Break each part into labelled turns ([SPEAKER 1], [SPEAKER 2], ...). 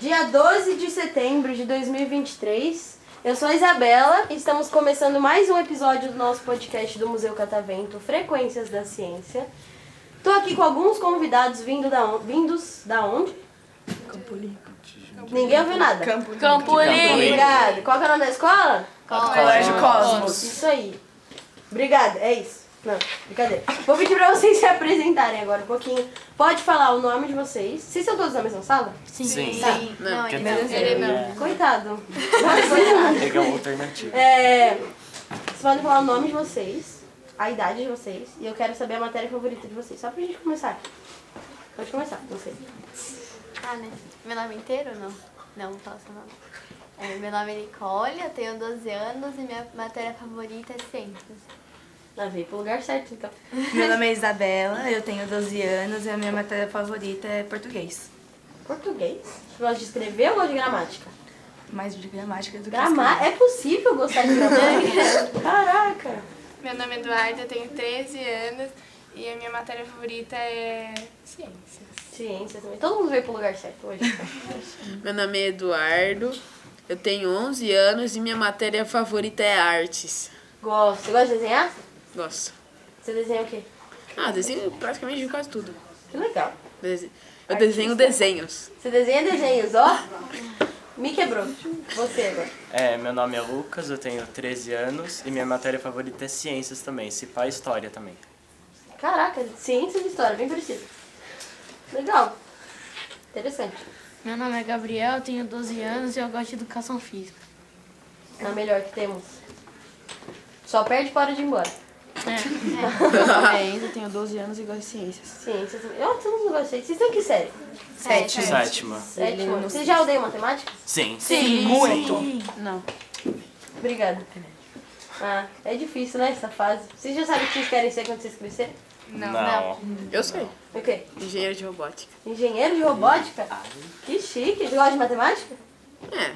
[SPEAKER 1] Dia 12 de setembro de 2023. Eu sou a Isabela e estamos começando mais um episódio do nosso podcast do Museu Catavento, Frequências da Ciência. Tô aqui com alguns convidados vindo da on- vindos da onde? Ninguém ouviu nada.
[SPEAKER 2] Campo Limpo.
[SPEAKER 1] Obrigada. Qual que é o nome da escola?
[SPEAKER 2] Colégio Cosmos.
[SPEAKER 1] Isso aí. Obrigada, é isso. Não, brincadeira. Vou pedir pra vocês se apresentarem agora um pouquinho. Pode falar o nome de vocês. Vocês são todos da mesma sala?
[SPEAKER 2] Sim.
[SPEAKER 1] Tá.
[SPEAKER 3] Não,
[SPEAKER 2] Não,
[SPEAKER 3] ele
[SPEAKER 2] ele
[SPEAKER 3] não.
[SPEAKER 2] ele
[SPEAKER 1] é
[SPEAKER 2] não.
[SPEAKER 1] Coitado. Coitado.
[SPEAKER 3] Pegar uma alternativa.
[SPEAKER 1] É, vocês podem falar o nome de vocês, a idade de vocês, e eu quero saber a matéria favorita de vocês. Só pra gente começar aqui. Pode começar, não sei.
[SPEAKER 4] Ah, né? Meu nome inteiro não? Não, vou falar seu nome. É, meu nome é Nicole, eu tenho 12 anos e minha matéria favorita é ciências.
[SPEAKER 1] Ah, veio pro lugar certo, então.
[SPEAKER 2] Meu nome é Isabela, eu tenho 12 anos e a minha matéria favorita é português.
[SPEAKER 1] Português? Você gosta de escrever ou gosta de gramática?
[SPEAKER 2] Mais de gramática do que
[SPEAKER 1] Gramática? É possível gostar de gramática? Caraca.
[SPEAKER 5] Meu nome é Eduardo, eu tenho 13 anos e a minha matéria favorita é ciências.
[SPEAKER 1] Ciência também. Todo mundo veio pro lugar certo hoje.
[SPEAKER 6] Meu nome é Eduardo, eu tenho 11 anos e minha matéria favorita é artes.
[SPEAKER 1] Gosto. Você gosta de desenhar?
[SPEAKER 6] Gosto.
[SPEAKER 1] Você desenha o quê?
[SPEAKER 6] Ah, desenho praticamente de quase tudo.
[SPEAKER 1] Que legal.
[SPEAKER 6] Dese- Eu desenho desenhos.
[SPEAKER 1] Você desenha desenhos, ó. Me quebrou. Você agora.
[SPEAKER 3] É, meu nome é Lucas, eu tenho 13 anos e minha matéria favorita é ciências também, se pá história também.
[SPEAKER 1] Caraca, ciência e história, bem parecido. Legal. Interessante.
[SPEAKER 7] Meu nome é Gabriel, eu tenho 12 anos e eu gosto de educação física.
[SPEAKER 1] É a melhor que temos. Só perde para de ir embora.
[SPEAKER 8] Parabéns, eu tenho 12 anos e gosto de ciências.
[SPEAKER 1] Ciência também. Eu todo mundo gosta de ciência. Vocês estão em que série?
[SPEAKER 2] Sete.
[SPEAKER 3] Sétima.
[SPEAKER 1] Sétima. Vocês já odeiam matemática?
[SPEAKER 3] Sim.
[SPEAKER 1] Sim.
[SPEAKER 3] Muito.
[SPEAKER 8] Não.
[SPEAKER 1] Obrigada. Ah, é difícil, né, essa fase. Vocês já sabem o que vocês querem ser quando vocês crescerem?
[SPEAKER 3] Não.
[SPEAKER 6] Eu sei.
[SPEAKER 1] O quê?
[SPEAKER 6] Engenheiro de robótica.
[SPEAKER 1] Engenheiro de robótica? Que chique. Você gosta de matemática?
[SPEAKER 6] É,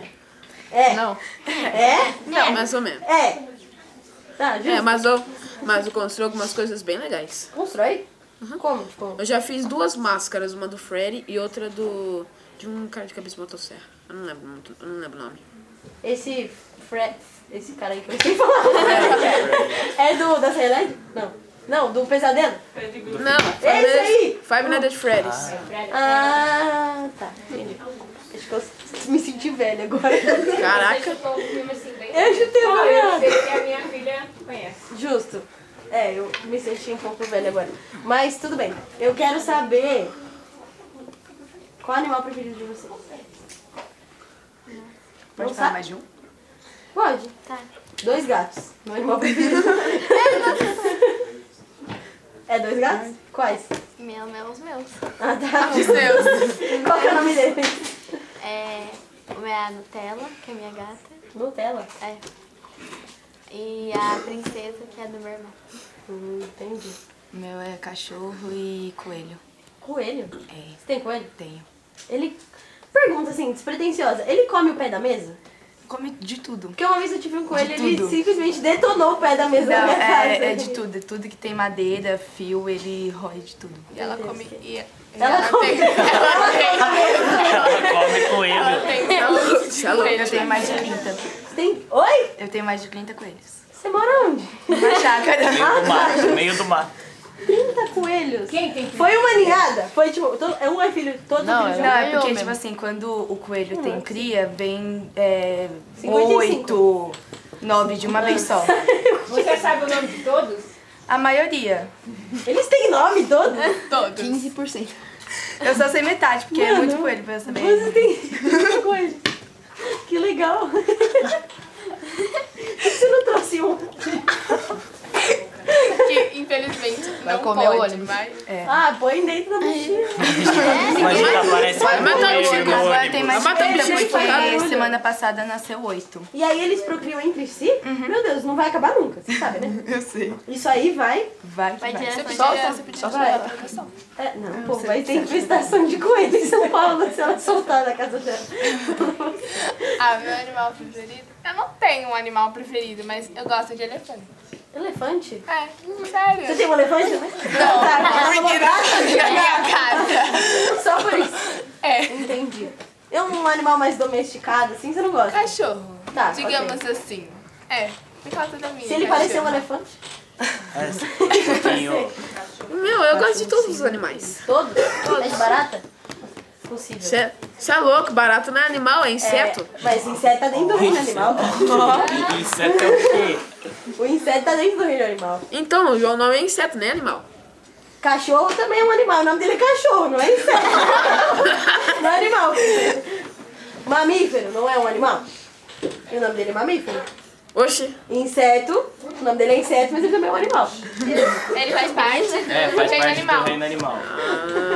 [SPEAKER 1] É.
[SPEAKER 8] Não.
[SPEAKER 1] É?
[SPEAKER 6] mais ou menos.
[SPEAKER 1] É. Tá, justo.
[SPEAKER 6] É, mas eu, mas eu construí algumas coisas bem legais.
[SPEAKER 1] Constrói?
[SPEAKER 6] Uhum.
[SPEAKER 1] Como? Tipo,
[SPEAKER 6] Eu já fiz duas máscaras, uma do Freddy e outra do. de um cara de cabeça de motosserra. Eu não lembro muito, eu não lembro o nome.
[SPEAKER 1] esse Fred. Esse cara aí que eu sei falar. é do. da Silent? Não. Não, do Pesadelo?
[SPEAKER 6] Não, Five
[SPEAKER 1] É esse
[SPEAKER 6] Nights-
[SPEAKER 1] aí!
[SPEAKER 6] Five Nights at Freddy's.
[SPEAKER 1] Ah, tá. Entendi. Acho que eu me senti velha agora.
[SPEAKER 6] Caraca,
[SPEAKER 1] Eu chutei uma merda.
[SPEAKER 5] que a minha filha conhece.
[SPEAKER 1] Justo. É, eu me senti um pouco velha agora. Mas tudo bem. Eu quero saber. Qual animal preferido de vocês?
[SPEAKER 2] Pode falar
[SPEAKER 1] Não sabe?
[SPEAKER 2] mais de um?
[SPEAKER 1] Pode.
[SPEAKER 4] Tá.
[SPEAKER 1] Dois gatos. Meu animal preferido. é dois gatos? Quais?
[SPEAKER 4] Meu, meus, meus.
[SPEAKER 1] Ah, tá.
[SPEAKER 6] de Deus.
[SPEAKER 1] Qual que é o nome dele?
[SPEAKER 4] É, uma é a Nutella, que é minha gata.
[SPEAKER 1] Nutella.
[SPEAKER 4] É. E a princesa, que é do meu irmão.
[SPEAKER 1] Hum, entendi.
[SPEAKER 8] Meu é cachorro e coelho.
[SPEAKER 1] Coelho?
[SPEAKER 8] É.
[SPEAKER 1] Você tem coelho?
[SPEAKER 8] Tenho.
[SPEAKER 1] Ele. Pergunta assim, despretensiosa. Ele come o pé da mesa?
[SPEAKER 8] Come de tudo.
[SPEAKER 1] Porque uma vez eu tive um coelho, ele
[SPEAKER 8] tudo.
[SPEAKER 1] simplesmente detonou o pé da mesa da
[SPEAKER 8] Não,
[SPEAKER 1] minha casa.
[SPEAKER 8] é, é de tudo. Tudo que tem madeira, fio, ele rói de tudo.
[SPEAKER 5] E ela come. E, e
[SPEAKER 1] Ela come.
[SPEAKER 3] Ela come coelho.
[SPEAKER 1] Ah.
[SPEAKER 6] Você é louco.
[SPEAKER 8] Eu tenho mais de 30.
[SPEAKER 1] Você Tem... Oi?
[SPEAKER 8] Eu tenho mais de 30 coelhos.
[SPEAKER 1] Você mora onde?
[SPEAKER 8] Uma chácara.
[SPEAKER 3] Meio do mato, meio do mato.
[SPEAKER 1] 30 coelhos. Quem tem Foi uma ninhada? Foi tipo, todo... é um é filho, todo
[SPEAKER 8] Não,
[SPEAKER 1] filho de
[SPEAKER 8] é
[SPEAKER 7] eu
[SPEAKER 8] porque,
[SPEAKER 7] mesmo.
[SPEAKER 8] tipo assim, quando o coelho tem cria, vem é,
[SPEAKER 1] 55.
[SPEAKER 8] oito, nove de uma vez só.
[SPEAKER 5] Você sabe o nome de todos?
[SPEAKER 8] A maioria.
[SPEAKER 1] um. Eles têm nome todo?
[SPEAKER 8] É. 15%. Eu só sei metade, porque é muito coelho pra eu saber.
[SPEAKER 1] Você tem 30 coelhos. Que legal. Por que Você não trouxe um?
[SPEAKER 5] Que infelizmente não
[SPEAKER 8] comer o ônibus.
[SPEAKER 5] mas-
[SPEAKER 8] É.
[SPEAKER 1] Ah, põe dentro da mochila.
[SPEAKER 3] Imagina, aparece
[SPEAKER 6] Vai matar o
[SPEAKER 3] um
[SPEAKER 6] Chico.
[SPEAKER 8] Agora tem mais
[SPEAKER 6] Mas tá
[SPEAKER 8] treta,
[SPEAKER 6] mexendo com
[SPEAKER 8] porque
[SPEAKER 6] barulho.
[SPEAKER 8] semana passada nasceu oito.
[SPEAKER 1] E aí eles procriam entre si. Meu Deus, não vai acabar nunca, você sabe, né?
[SPEAKER 8] Uhum. Eu sei.
[SPEAKER 1] Isso aí vai.
[SPEAKER 8] Vai, que
[SPEAKER 4] Vai
[SPEAKER 8] vai.
[SPEAKER 4] direto
[SPEAKER 5] Você
[SPEAKER 4] é pra
[SPEAKER 5] podia- você podia
[SPEAKER 1] vai.
[SPEAKER 5] tirar a aplicação.
[SPEAKER 1] É, não,
[SPEAKER 5] Ah,
[SPEAKER 1] pô, vai ter infestação de coelho em São Paulo se ela soltar da casa dela.
[SPEAKER 5] Ah, meu animal preferido? Eu não tenho um animal preferido, mas eu gosto de elefante.
[SPEAKER 1] Elefante?
[SPEAKER 5] É,
[SPEAKER 1] Você
[SPEAKER 5] sério.
[SPEAKER 1] tem um elefante, né? Não, tá, só por isso.
[SPEAKER 5] É.
[SPEAKER 1] Entendi. É um animal mais domesticado, assim, você não gosta?
[SPEAKER 5] Cachorro.
[SPEAKER 1] Tá,
[SPEAKER 5] digamos
[SPEAKER 1] ok.
[SPEAKER 5] assim. É, por causa da minha.
[SPEAKER 1] Se ele
[SPEAKER 5] cachorra.
[SPEAKER 1] parecer um elefante,
[SPEAKER 3] um pouquinho.
[SPEAKER 6] Meu, eu gosto de todos os animais.
[SPEAKER 1] todo, é de barata? Possível.
[SPEAKER 6] Você é louco, barato não é animal, é inseto.
[SPEAKER 1] É, mas inseto tá dentro do reino animal.
[SPEAKER 3] Inseto é o quê?
[SPEAKER 1] O inseto tá dentro do reino animal.
[SPEAKER 6] Então, o João não é inseto, nem animal.
[SPEAKER 1] Cachorro também é um animal. O nome dele é cachorro, não é inseto. não é animal. Mamífero não é um animal? E o nome dele é mamífero.
[SPEAKER 6] Oxi,
[SPEAKER 1] Inseto, o nome dele é inseto, mas ele também é um animal.
[SPEAKER 5] Ele faz parte do
[SPEAKER 3] É, faz
[SPEAKER 5] reino
[SPEAKER 3] parte
[SPEAKER 5] animal.
[SPEAKER 3] do reino animal.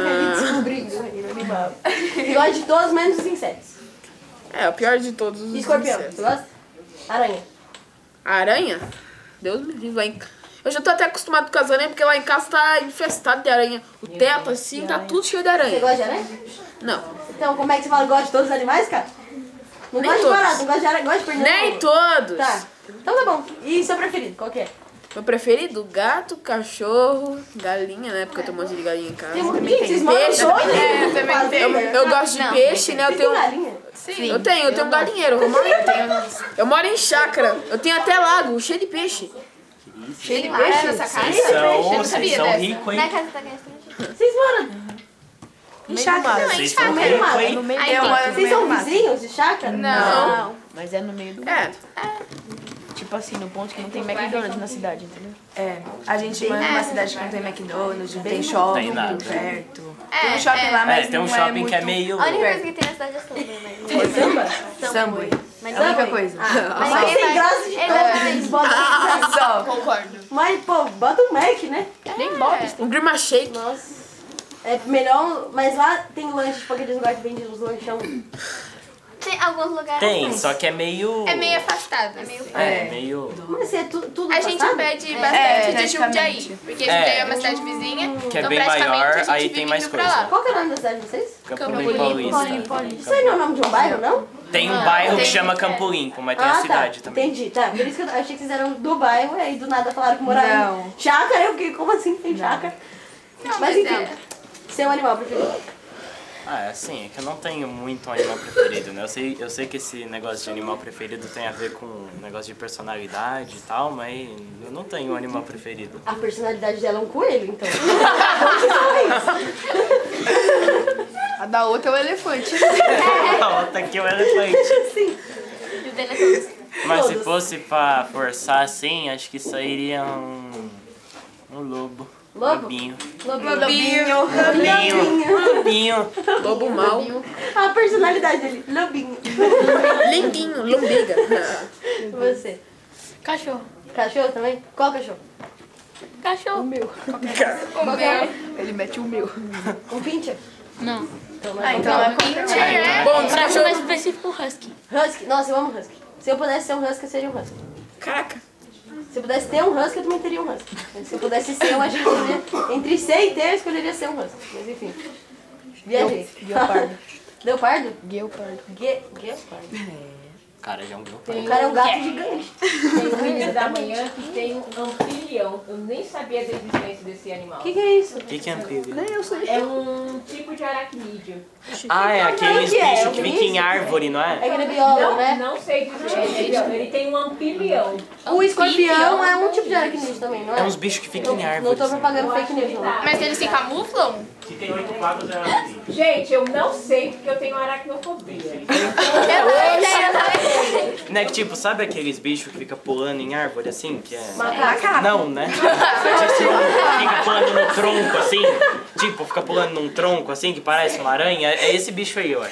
[SPEAKER 1] Ele descobrindo o
[SPEAKER 6] né? um
[SPEAKER 1] reino animal. E gosta de todos menos os insetos.
[SPEAKER 6] é o pior de todos os
[SPEAKER 1] Escorpião,
[SPEAKER 6] insetos.
[SPEAKER 1] você gosta? Aranha.
[SPEAKER 6] A aranha? Deus me livre. lá em ca- Eu já tô até acostumado com as aranhas, porque lá em casa tá infestado de aranha. O teto, assim, tá tudo cheio de
[SPEAKER 1] Você
[SPEAKER 6] aranha.
[SPEAKER 1] gosta de aranha?
[SPEAKER 6] Não,
[SPEAKER 1] Então, como é que você fala gosta de todos os animais, cara? Não
[SPEAKER 6] Nem
[SPEAKER 1] gosta de
[SPEAKER 6] todos.
[SPEAKER 1] barato, não gosta de aranha, gosta de pernil.
[SPEAKER 6] nem todos.
[SPEAKER 1] Tá. Então tá bom. E seu preferido, qual que é?
[SPEAKER 6] Meu preferido, gato, cachorro, galinha, né? Porque eu tenho um monte de galinha em casa.
[SPEAKER 1] Tem um... Gente, vocês moram
[SPEAKER 6] Peixe,
[SPEAKER 1] todos?
[SPEAKER 5] É, eu também
[SPEAKER 6] Eu,
[SPEAKER 5] tenho.
[SPEAKER 6] eu gosto de
[SPEAKER 4] Não,
[SPEAKER 6] peixe, né? Eu
[SPEAKER 1] Vocês têm
[SPEAKER 6] tenho,
[SPEAKER 1] galinha?
[SPEAKER 6] eu tenho, eu tenho um galinheiro. Eu moro, em- eu moro em chácara. Eu tenho até lago, cheio de peixe.
[SPEAKER 4] Tem lá, é nessa casa.
[SPEAKER 3] Vocês são,
[SPEAKER 5] não
[SPEAKER 3] vocês
[SPEAKER 5] sabia
[SPEAKER 3] são
[SPEAKER 5] dessa.
[SPEAKER 3] ricos,
[SPEAKER 4] Na
[SPEAKER 3] hein?
[SPEAKER 4] casa da gastronomia.
[SPEAKER 1] Vocês moram.
[SPEAKER 8] Em chácara.
[SPEAKER 3] Vocês são
[SPEAKER 1] meio do
[SPEAKER 3] ricos,
[SPEAKER 1] mato.
[SPEAKER 3] hein?
[SPEAKER 8] Aí eu moro no
[SPEAKER 1] Tá Vocês
[SPEAKER 8] meio do
[SPEAKER 1] são
[SPEAKER 8] mato.
[SPEAKER 1] vizinhos de chácara?
[SPEAKER 5] Não.
[SPEAKER 9] Mas é no meio do.
[SPEAKER 6] É,
[SPEAKER 9] Tipo assim, no ponto que não tem McDonald's na cidade, entendeu?
[SPEAKER 8] É, a gente mora numa cidade que não tem McDonald's, não tem shopping
[SPEAKER 3] Tem nada.
[SPEAKER 8] perto.
[SPEAKER 4] É,
[SPEAKER 8] Tem um shopping
[SPEAKER 4] é.
[SPEAKER 8] lá, mas
[SPEAKER 3] É, tem um
[SPEAKER 8] não
[SPEAKER 3] shopping
[SPEAKER 8] muito
[SPEAKER 3] que é meio.
[SPEAKER 4] A única coisa que tem na cidade é sombra, mas...
[SPEAKER 1] É samba?
[SPEAKER 8] Subway.
[SPEAKER 4] Mas
[SPEAKER 8] É a única
[SPEAKER 4] Subway.
[SPEAKER 8] coisa.
[SPEAKER 4] Mas
[SPEAKER 1] Mas
[SPEAKER 4] ninguém
[SPEAKER 1] sem
[SPEAKER 4] vai-
[SPEAKER 1] graça de todos.
[SPEAKER 4] Exatamente.
[SPEAKER 1] Eles botam.
[SPEAKER 8] Só.
[SPEAKER 5] Concordo.
[SPEAKER 1] um né? Mas, pô, bota um Mac, né?
[SPEAKER 9] Nem Bob's
[SPEAKER 6] um grima shake.
[SPEAKER 1] Nossa. É melhor. Mas lá tem lanche, tipo aqueles lugares que vendem os lanchão.
[SPEAKER 4] Tem alguns lugares...
[SPEAKER 3] Tem,
[SPEAKER 4] mais.
[SPEAKER 3] só que é meio.
[SPEAKER 5] É meio afastado. assim.
[SPEAKER 3] É, meio.
[SPEAKER 1] Mas é tudo, tudo
[SPEAKER 5] A gente
[SPEAKER 1] passado?
[SPEAKER 5] pede
[SPEAKER 8] É,
[SPEAKER 5] bastante de
[SPEAKER 8] praticamente.
[SPEAKER 5] Jundiaí, porque Jundiaí é uma cidade vizinha,
[SPEAKER 3] Que é
[SPEAKER 5] então
[SPEAKER 3] bem
[SPEAKER 5] praticamente
[SPEAKER 3] maior,
[SPEAKER 5] a gente
[SPEAKER 3] aí
[SPEAKER 5] vive
[SPEAKER 3] tem
[SPEAKER 5] indo
[SPEAKER 3] mais
[SPEAKER 5] pra
[SPEAKER 3] coisa.
[SPEAKER 5] lá.
[SPEAKER 1] Qual que é o nome da cidade de vocês?
[SPEAKER 3] Campolim
[SPEAKER 5] Campolim,
[SPEAKER 1] Isso
[SPEAKER 3] Paulista.
[SPEAKER 1] aí não Ah, é o nome de um bairro, não?
[SPEAKER 3] Tem um bairro que
[SPEAKER 5] tem-
[SPEAKER 3] chama Campolimpo, mas tem
[SPEAKER 1] ah,
[SPEAKER 3] É a cidade
[SPEAKER 1] tá.
[SPEAKER 3] também.
[SPEAKER 1] Entendi, tá. Por isso que eu achei que vocês eram do bairro, e aí do nada falaram que moraram
[SPEAKER 8] Não.
[SPEAKER 1] em chácara. Eu fiquei, como assim tem chácara?
[SPEAKER 5] Não,
[SPEAKER 1] mas
[SPEAKER 5] mas
[SPEAKER 1] enfim,
[SPEAKER 5] é.
[SPEAKER 1] seu animal preferido.
[SPEAKER 3] Ah, é assim, é que eu não tenho muito um animal preferido, né? Eu sei, eu sei que esse negócio de animal preferido tem a ver com um negócio de personalidade e tal, mas eu não tenho um animal preferido.
[SPEAKER 1] A personalidade dela é um coelho, então. Como que são isso?
[SPEAKER 8] A da outra é o elefante.
[SPEAKER 3] Bota aqui o elefante.
[SPEAKER 1] Sim.
[SPEAKER 4] E o dele é todos.
[SPEAKER 3] Mas se
[SPEAKER 1] Todos.
[SPEAKER 3] fosse pra forçar assim, acho que sairia um. um lobo.
[SPEAKER 1] Lobo?
[SPEAKER 3] Lobinho.
[SPEAKER 1] Lobinho.
[SPEAKER 3] Lobinho. Lobinho.
[SPEAKER 6] Lobo mau.
[SPEAKER 1] A personalidade dele, lobinho.
[SPEAKER 6] Lindinho, lombriga.
[SPEAKER 1] Você.
[SPEAKER 7] Cachorro.
[SPEAKER 1] Cachorro também? Qual cachorro?
[SPEAKER 7] Cachorro. meu.
[SPEAKER 1] Qual que é?
[SPEAKER 8] Ele mete o meu.
[SPEAKER 1] Um pincher?
[SPEAKER 7] Não.
[SPEAKER 1] Então, não
[SPEAKER 8] Ah,
[SPEAKER 1] é.
[SPEAKER 8] então é contra
[SPEAKER 6] Bom,
[SPEAKER 7] Pra
[SPEAKER 6] dos
[SPEAKER 7] ser mais
[SPEAKER 6] cachorros.
[SPEAKER 7] específico, husky.
[SPEAKER 1] Husky. Nossa, eu amo husky. Se eu pudesse ser um husky, eu seria um husky.
[SPEAKER 6] Caraca.
[SPEAKER 1] Se eu pudesse ter um husky, eu também teria um husky. Mas se eu pudesse ser, eu acho que eu escolheria... Entre ser e ter, eu escolheria ser um husky. Mas enfim. Viajei. Leopardo. Leopardo?
[SPEAKER 9] Guilherme.
[SPEAKER 1] Gue- Guepardo.
[SPEAKER 3] Cara, já é um meu
[SPEAKER 1] O cara é um gato gigante.
[SPEAKER 10] Tem um menino da manhã que tem um anfilião. Eu nem sabia da existência desse animal.
[SPEAKER 1] O que, que é isso?
[SPEAKER 3] O que, que é anfíbio?
[SPEAKER 10] É um tipo de aracnídeo.
[SPEAKER 3] Ah, é aqueles
[SPEAKER 1] que é? É
[SPEAKER 3] bichos
[SPEAKER 1] um
[SPEAKER 3] que ficam em
[SPEAKER 1] bicho?
[SPEAKER 3] árvore, não
[SPEAKER 1] É
[SPEAKER 3] é?
[SPEAKER 1] que ele é biólogo,
[SPEAKER 10] Não,
[SPEAKER 1] né?
[SPEAKER 10] não sei dizer. Ele, ele tem um anfilião.
[SPEAKER 1] O escorpião é um tipo de aracnídeo também, não é?
[SPEAKER 3] É uns bichos que ficam em assim.
[SPEAKER 1] Não
[SPEAKER 3] árvore.
[SPEAKER 1] tô propagando fake news, não.
[SPEAKER 5] Mas eles se camuflam?
[SPEAKER 3] Que tem oito patas é
[SPEAKER 10] Gente, eu não sei porque eu tenho aracnofobia.
[SPEAKER 3] Né, que tipo, sabe aqueles bichos que fica pulando em árvore assim? Que é...
[SPEAKER 1] Macaco.
[SPEAKER 3] Não, né? Tipo, fica pulando no tronco assim. Tipo, fica pulando num tronco assim que parece uma aranha. É esse bicho aí, ué.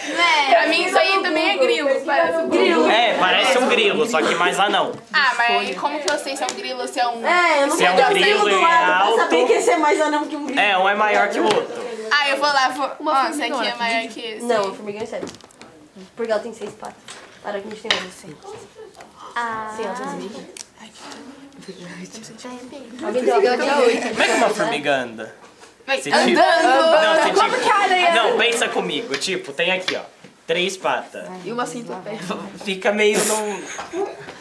[SPEAKER 5] Pra mim isso aí também é grilo, parece um grilo.
[SPEAKER 3] É, parece um grilo, só que mais lá não.
[SPEAKER 5] Ah, mas como que eu sei se é um grilo, se é um...
[SPEAKER 1] É, eu não
[SPEAKER 3] Se é um
[SPEAKER 1] sei
[SPEAKER 3] grilo,
[SPEAKER 1] do
[SPEAKER 3] ele é
[SPEAKER 1] lado
[SPEAKER 3] alto.
[SPEAKER 1] pra saber que esse é mais anão que um grilo.
[SPEAKER 3] É, um é maior que o outro.
[SPEAKER 5] Ah, eu vou lá, vou... Ó, esse aqui é maior que esse.
[SPEAKER 1] Não, a formiga é sério. Porque ela tem seis patas. Para que a gente tem onze. Sim,
[SPEAKER 4] Ah,
[SPEAKER 1] ela tem seis.
[SPEAKER 4] arrepio.
[SPEAKER 1] Alguém deu alguém deu oito.
[SPEAKER 3] Como é que uma formiga anda? Se, tipo-
[SPEAKER 5] Andando!
[SPEAKER 3] Não, se, tipo, não, pensa comigo. Tipo, tem aqui, ó. Três patas.
[SPEAKER 9] E uma cinta pé.
[SPEAKER 3] Fica meio num...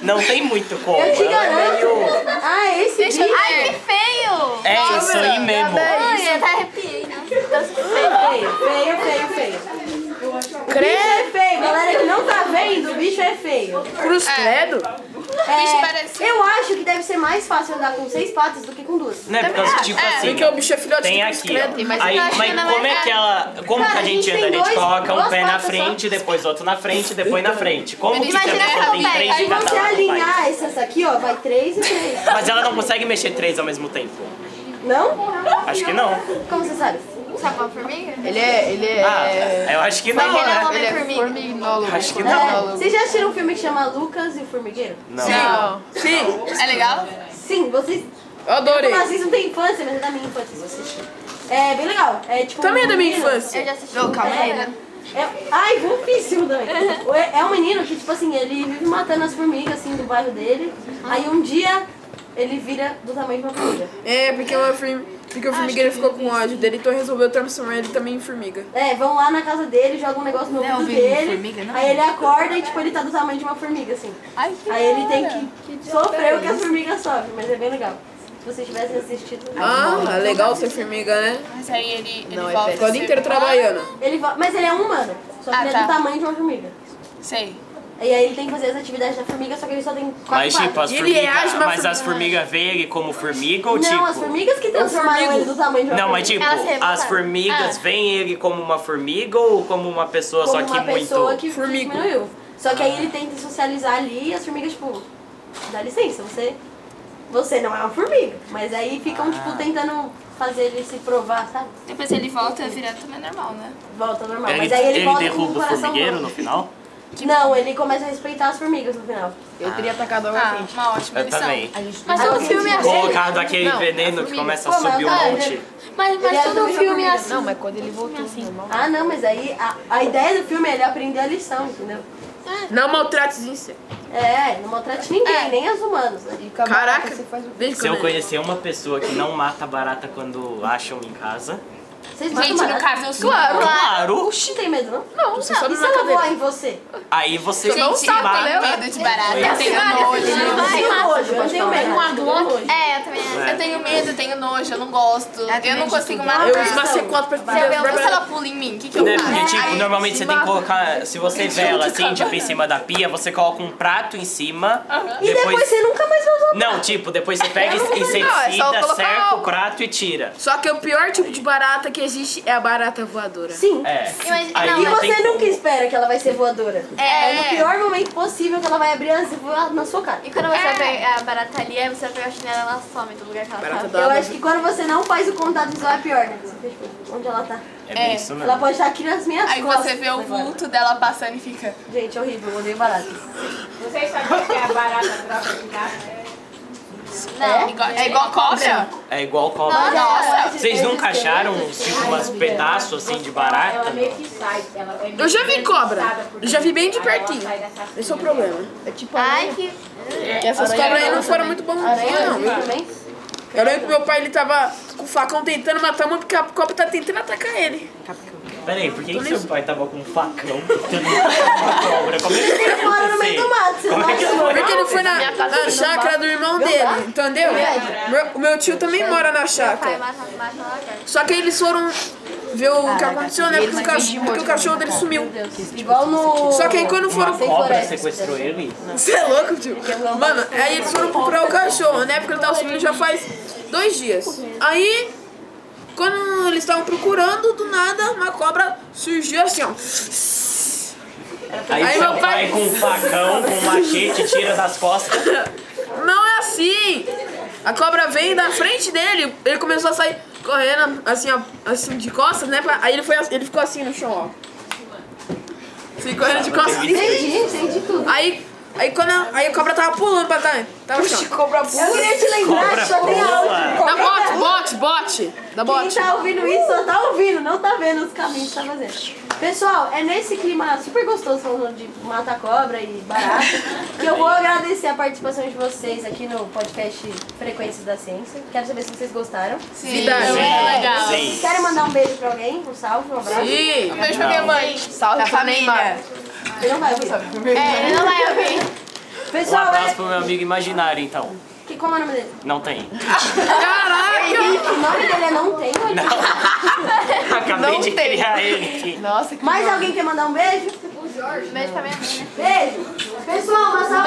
[SPEAKER 3] Não tem muito como.
[SPEAKER 1] Eu te
[SPEAKER 3] ela é meio-
[SPEAKER 1] garanto. Ah, esse bicho.
[SPEAKER 4] Ai, que feio!
[SPEAKER 3] É isso aí mesmo.
[SPEAKER 4] Ai, eu até arrepiei, Então, nossa. Tanto feio.
[SPEAKER 1] Feio, feio, é feio, feio. O bicho é feio, galera que não tá vendo, o bicho é feio.
[SPEAKER 6] Cruz credo?
[SPEAKER 1] É,
[SPEAKER 5] bicho parece-
[SPEAKER 1] Eu acho que deve ser mais fácil andar com seis patas do que com duas.
[SPEAKER 3] Né, por causa que, tipo assim...
[SPEAKER 6] Porque o bicho é filhote
[SPEAKER 3] Tem
[SPEAKER 6] de cruz
[SPEAKER 3] aqui, ó.
[SPEAKER 6] credo.
[SPEAKER 3] Aí,
[SPEAKER 4] eu acho que na
[SPEAKER 3] mas como é
[SPEAKER 4] verdade-
[SPEAKER 3] que ela... Como que
[SPEAKER 1] Cara,
[SPEAKER 3] a gente
[SPEAKER 1] a gente
[SPEAKER 3] anda? A
[SPEAKER 1] tem
[SPEAKER 3] gente
[SPEAKER 1] dois-
[SPEAKER 3] coloca um
[SPEAKER 1] duas
[SPEAKER 3] pé na
[SPEAKER 1] patas só.
[SPEAKER 3] frente, depois outro na frente, depois na frente. Como que
[SPEAKER 4] Imagina
[SPEAKER 3] também
[SPEAKER 4] essa
[SPEAKER 3] tem
[SPEAKER 4] pé.
[SPEAKER 6] Tá
[SPEAKER 3] três
[SPEAKER 4] Aí
[SPEAKER 3] de
[SPEAKER 1] Se
[SPEAKER 3] cada
[SPEAKER 1] você
[SPEAKER 3] um, vai?
[SPEAKER 1] alinhar essas aqui, ó, vai três e três.
[SPEAKER 3] Mas ela não consegue mexer três ao mesmo tempo.
[SPEAKER 1] Não?
[SPEAKER 3] Acho que não.
[SPEAKER 1] Como você sabe?
[SPEAKER 4] Sabe uma formiga?
[SPEAKER 9] Ele é. Ele é.
[SPEAKER 3] Ah, eu acho que não,
[SPEAKER 4] Ele é um
[SPEAKER 3] né?
[SPEAKER 9] Ele é
[SPEAKER 4] homem-formiga.
[SPEAKER 9] formignólogo.
[SPEAKER 3] Acho que
[SPEAKER 1] É,
[SPEAKER 3] não.
[SPEAKER 1] vocês já assistiram um filme que chama Lucas e o Formigueiro?
[SPEAKER 3] Não.
[SPEAKER 9] Não.
[SPEAKER 5] É legal?
[SPEAKER 1] Sim, vocês.
[SPEAKER 6] Eu adorei.
[SPEAKER 1] Não, vocês não têm infância, mas é da minha infância, vocês assistiram. É bem legal. É tipo.
[SPEAKER 6] Também é
[SPEAKER 1] um
[SPEAKER 6] da minha
[SPEAKER 1] menino-
[SPEAKER 6] infância.
[SPEAKER 4] Eu já assisti.
[SPEAKER 1] É, é- ai, golfíssimo também. É, é um menino que, tipo assim, ele vive matando as formigas, assim, do bairro dele. Aí um dia ele vira do tamanho de uma formiga.
[SPEAKER 6] É, porque o, form... porque o formigueiro ficou com ódio dele, então resolveu transformar ele também em formiga.
[SPEAKER 1] É, vão lá na casa dele, jogam um negócio no
[SPEAKER 2] Não,
[SPEAKER 1] ouvido
[SPEAKER 2] vi
[SPEAKER 1] dele.
[SPEAKER 2] formiga, não.
[SPEAKER 1] Aí ele acorda e, tipo, ele tá do tamanho de uma formiga, assim. aí ele tem que, sofrer o que as formigas sofrem, mas é bem legal. Se vocês tivessem assistido.
[SPEAKER 6] Ah, legal ser formiga, né?
[SPEAKER 5] Mas aí ele, ele
[SPEAKER 9] Não, é
[SPEAKER 5] volta... assim.
[SPEAKER 9] péssimo.
[SPEAKER 6] Ficou o dia inteiro trabalhando.
[SPEAKER 1] Ele vo- Mas ele é um humano, só que
[SPEAKER 5] Ah,
[SPEAKER 1] ele é
[SPEAKER 5] tá.
[SPEAKER 1] do tamanho de uma formiga.
[SPEAKER 5] Sei.
[SPEAKER 1] E aí ele tem que fazer as atividades da formiga, só que ele só tem quatro
[SPEAKER 3] Mas tipo,
[SPEAKER 1] patas.
[SPEAKER 3] as
[SPEAKER 6] E ele é
[SPEAKER 3] formigas.
[SPEAKER 6] ágil, mas
[SPEAKER 3] Mas
[SPEAKER 6] formiga-
[SPEAKER 3] as formigas veem ele como formiga ou
[SPEAKER 1] Não,
[SPEAKER 3] tipo.
[SPEAKER 1] as formigas que transformaram ele do tamanho de uma
[SPEAKER 3] Não, mas
[SPEAKER 1] formiga.
[SPEAKER 3] tipo,
[SPEAKER 4] Elas se revoltaram.
[SPEAKER 3] as formigas veem ele como uma formiga ou como uma pessoa,
[SPEAKER 1] Ah. Como
[SPEAKER 3] só que
[SPEAKER 1] uma
[SPEAKER 3] muito. Ah.
[SPEAKER 1] pessoa que, que
[SPEAKER 6] Formiga.
[SPEAKER 1] diminuiu. Só que aí ele tenta socializar ali e as formigas, tipo, dá licença, você, você não é uma formiga. Mas aí
[SPEAKER 3] Ah.
[SPEAKER 1] ficam, tipo, tentando fazer ele se provar, sabe?
[SPEAKER 5] Depois ele volta, vira também normal, né?
[SPEAKER 1] Volta ao normal.
[SPEAKER 3] Ele,
[SPEAKER 1] mas aí ele,
[SPEAKER 3] ele
[SPEAKER 1] volta com o
[SPEAKER 3] derruba o
[SPEAKER 1] coração
[SPEAKER 3] formigueiro no
[SPEAKER 1] bom.
[SPEAKER 3] final?
[SPEAKER 1] Não, ele começa a respeitar as formigas no final.
[SPEAKER 9] Eu teria atacado água
[SPEAKER 5] Ah,
[SPEAKER 9] quente.
[SPEAKER 5] uma ótima
[SPEAKER 3] Eu
[SPEAKER 5] lição.
[SPEAKER 3] também.
[SPEAKER 4] Mas todo
[SPEAKER 1] Alguém
[SPEAKER 4] filme é
[SPEAKER 1] tinha-
[SPEAKER 4] assim.
[SPEAKER 3] Colocado aquele
[SPEAKER 9] Não, a
[SPEAKER 3] veneno que
[SPEAKER 9] formiga.
[SPEAKER 3] começa a
[SPEAKER 1] é Pô, mas
[SPEAKER 3] subir um
[SPEAKER 1] tá,
[SPEAKER 3] monte.
[SPEAKER 4] Mas,
[SPEAKER 1] Ele é
[SPEAKER 4] mas todo
[SPEAKER 1] do
[SPEAKER 4] filme é
[SPEAKER 1] formiga.
[SPEAKER 4] assim.
[SPEAKER 9] Não, mas quando ele voltou, normal.
[SPEAKER 1] Ah, não, mas aí a, a ideia do filme é ele aprender a lição, entendeu?
[SPEAKER 6] Não maltrate os insetos.
[SPEAKER 1] É, não maltrate ninguém, nem os humanos, né?
[SPEAKER 9] E com a
[SPEAKER 6] Caraca.
[SPEAKER 9] barata Você faz o...
[SPEAKER 6] Desde
[SPEAKER 3] Se eu
[SPEAKER 6] quando é. ele-
[SPEAKER 3] conhecer uma pessoa que não mata barata quando acham em casa.
[SPEAKER 1] Vocês matam
[SPEAKER 5] Gente, no
[SPEAKER 1] barata?
[SPEAKER 5] caso eu sou. Claro.
[SPEAKER 3] Claro!
[SPEAKER 1] Oxi, não tem medo, não?
[SPEAKER 6] Não, é você sobe
[SPEAKER 1] E se
[SPEAKER 4] é
[SPEAKER 6] na
[SPEAKER 1] ela voar
[SPEAKER 6] cadeira.
[SPEAKER 1] em você?
[SPEAKER 3] Aí você
[SPEAKER 5] Gente,
[SPEAKER 3] não
[SPEAKER 5] eu
[SPEAKER 3] se mata.
[SPEAKER 5] tenho medo de barata. Eu tenho nojo.
[SPEAKER 1] Eu tenho nojo, eu
[SPEAKER 3] um
[SPEAKER 1] tenho medo.
[SPEAKER 4] É, eu também acho.
[SPEAKER 5] Eu tenho medo, eu tenho nojo, eu não gosto. Eu não consigo matar.
[SPEAKER 6] Eu esmacei quatro pra
[SPEAKER 5] Se eu ver
[SPEAKER 6] fazer.
[SPEAKER 5] uma se ela pula em mim, o que, que eu
[SPEAKER 3] Né?
[SPEAKER 5] faço?
[SPEAKER 3] Porque, tipo, normalmente você tem que colocar. Se você vê ela assim, tipo, em cima da pia, você coloca um prato em cima.
[SPEAKER 1] E depois você nunca mais vai usar
[SPEAKER 3] Não, tipo, depois você pega
[SPEAKER 6] Não, é só
[SPEAKER 3] inseticida,
[SPEAKER 6] colocar
[SPEAKER 3] cerca o
[SPEAKER 6] o-
[SPEAKER 3] prato e tira.
[SPEAKER 6] Só que o pior tipo de barata que existe é a barata voadora.
[SPEAKER 1] Sim.
[SPEAKER 3] É.
[SPEAKER 4] Imagina-
[SPEAKER 3] Aí
[SPEAKER 4] não,
[SPEAKER 1] E
[SPEAKER 3] não tem
[SPEAKER 1] você
[SPEAKER 3] como.
[SPEAKER 1] nunca espera que ela vai ser voadora. É. no pior momento possível que ela vai abrir as e voar na sua cara.
[SPEAKER 4] E quando você pega a barata ali, aí você pega a chinela, ela some do lugar que ela
[SPEAKER 6] Barata
[SPEAKER 4] tava.
[SPEAKER 6] da-
[SPEAKER 1] Eu acho que quando você não faz o contato visual é pior, né? Você fica, tipo, onde ela tá?
[SPEAKER 3] É bem isso
[SPEAKER 1] Ela
[SPEAKER 3] mesmo.
[SPEAKER 1] pode estar aqui nas minhas
[SPEAKER 5] Aí
[SPEAKER 1] costas.
[SPEAKER 5] você vê o
[SPEAKER 1] agora.
[SPEAKER 5] vulto dela passando e fica.
[SPEAKER 1] Gente, é horrível, eu odeio barato.
[SPEAKER 10] Vocês sabiam que a barata troca de casa?
[SPEAKER 5] É igual, é igual cobra?
[SPEAKER 3] É igual cobra. Vocês nunca acharam tipo umas pedaços assim de
[SPEAKER 10] Ela
[SPEAKER 3] barata?
[SPEAKER 10] meio que sai. Ela é meio
[SPEAKER 6] Eu já
[SPEAKER 10] meio
[SPEAKER 6] vi
[SPEAKER 10] que
[SPEAKER 6] cobra.
[SPEAKER 10] içada por
[SPEAKER 6] Eu já vi bem de
[SPEAKER 10] dentro, aí ela
[SPEAKER 6] pertinho.
[SPEAKER 10] sai dessa
[SPEAKER 6] Esse é o
[SPEAKER 10] filha.
[SPEAKER 6] problema.
[SPEAKER 9] É tipo
[SPEAKER 4] Ai, que.
[SPEAKER 6] É, Essas cobras aí não foram muito bonzinhas, não.
[SPEAKER 1] Aranha também?
[SPEAKER 6] Eu lembro que meu pai ele tava com o facão tentando matar uma porque a cobra tá tentando atacar ele.
[SPEAKER 3] Pera aí, por que, que seu pai tava com um facão tentando matar uma cobra? Como é que foi é
[SPEAKER 1] Ele mora no meio do mato, você não acha?
[SPEAKER 6] Porque ele foi na, na chácara do irmão dele, entendeu? Meu- O meu tio também mora na
[SPEAKER 4] Pai,
[SPEAKER 6] chácara.
[SPEAKER 4] mata, mata ela agora.
[SPEAKER 6] Só que eles foram ver o que aconteceu, né? Porque o, cachorro, porque o cachorro dele sumiu.
[SPEAKER 1] Igual no...
[SPEAKER 6] Só que aí quando foram.
[SPEAKER 1] Sem
[SPEAKER 3] Cobra
[SPEAKER 1] floresta.
[SPEAKER 3] sequestrou ele?
[SPEAKER 6] Você é louco, tio? Mano, aí eles foram procurar o cachorro, né? Porque ele tava sumindo já faz dois dias. Aí Quando eles estavam procurando, do nada, uma cobra surgiu assim, ó.
[SPEAKER 3] Aí,
[SPEAKER 6] Aí
[SPEAKER 3] seu pai,
[SPEAKER 6] meu pai-
[SPEAKER 3] com um facão, com um machete, tira das costas.
[SPEAKER 6] Não é assim! A cobra veio na frente dele, ele começou a sair correndo, assim, ó, assim, de costas, né? pra- Aí ele, foi, ele ficou assim no chão, ó. Assim, correndo de costas.
[SPEAKER 1] Entendi, entendi tudo.
[SPEAKER 6] Aí, aí, quando a, aí a cobra tava pulando pra trás. Tava assim, ó.
[SPEAKER 1] Eu queria te lembrar
[SPEAKER 3] Cobra
[SPEAKER 1] que só tem áudio.
[SPEAKER 3] boa.
[SPEAKER 6] Dá bote, bote, bote. Dá
[SPEAKER 1] Quem
[SPEAKER 6] bote.
[SPEAKER 1] tá ouvindo isso só tá ouvindo, não tá vendo os caminhos que tá fazendo. Pessoal, é nesse clima super gostoso falando de mata cobra e barato que eu vou agradecer a participação de vocês aqui no podcast Frequências da Ciência. Quero saber se vocês gostaram.
[SPEAKER 6] Vida.
[SPEAKER 3] legal.
[SPEAKER 1] Vocês querem mandar um beijo pra alguém? Um salve, um abraço?
[SPEAKER 6] Sim.
[SPEAKER 5] Beijo pra minha mãe.
[SPEAKER 9] Salve, família.
[SPEAKER 1] Não vai ouvir.
[SPEAKER 4] É, ele não vai ouvir.
[SPEAKER 3] Um
[SPEAKER 1] Pessoal,
[SPEAKER 3] abraço
[SPEAKER 1] é...
[SPEAKER 3] pro meu amigo imaginário, então.
[SPEAKER 1] que, como é o nome dele?
[SPEAKER 3] Não tem.
[SPEAKER 6] Caraca!
[SPEAKER 1] O nome dele é Não Tem? ou ele-
[SPEAKER 3] Acabei de criar ele aqui.
[SPEAKER 9] Nossa, que
[SPEAKER 1] Mais alguém quer mandar um beijo?
[SPEAKER 4] Beijo pra minha mãe. né?
[SPEAKER 1] Beijo! Pessoal, uma salva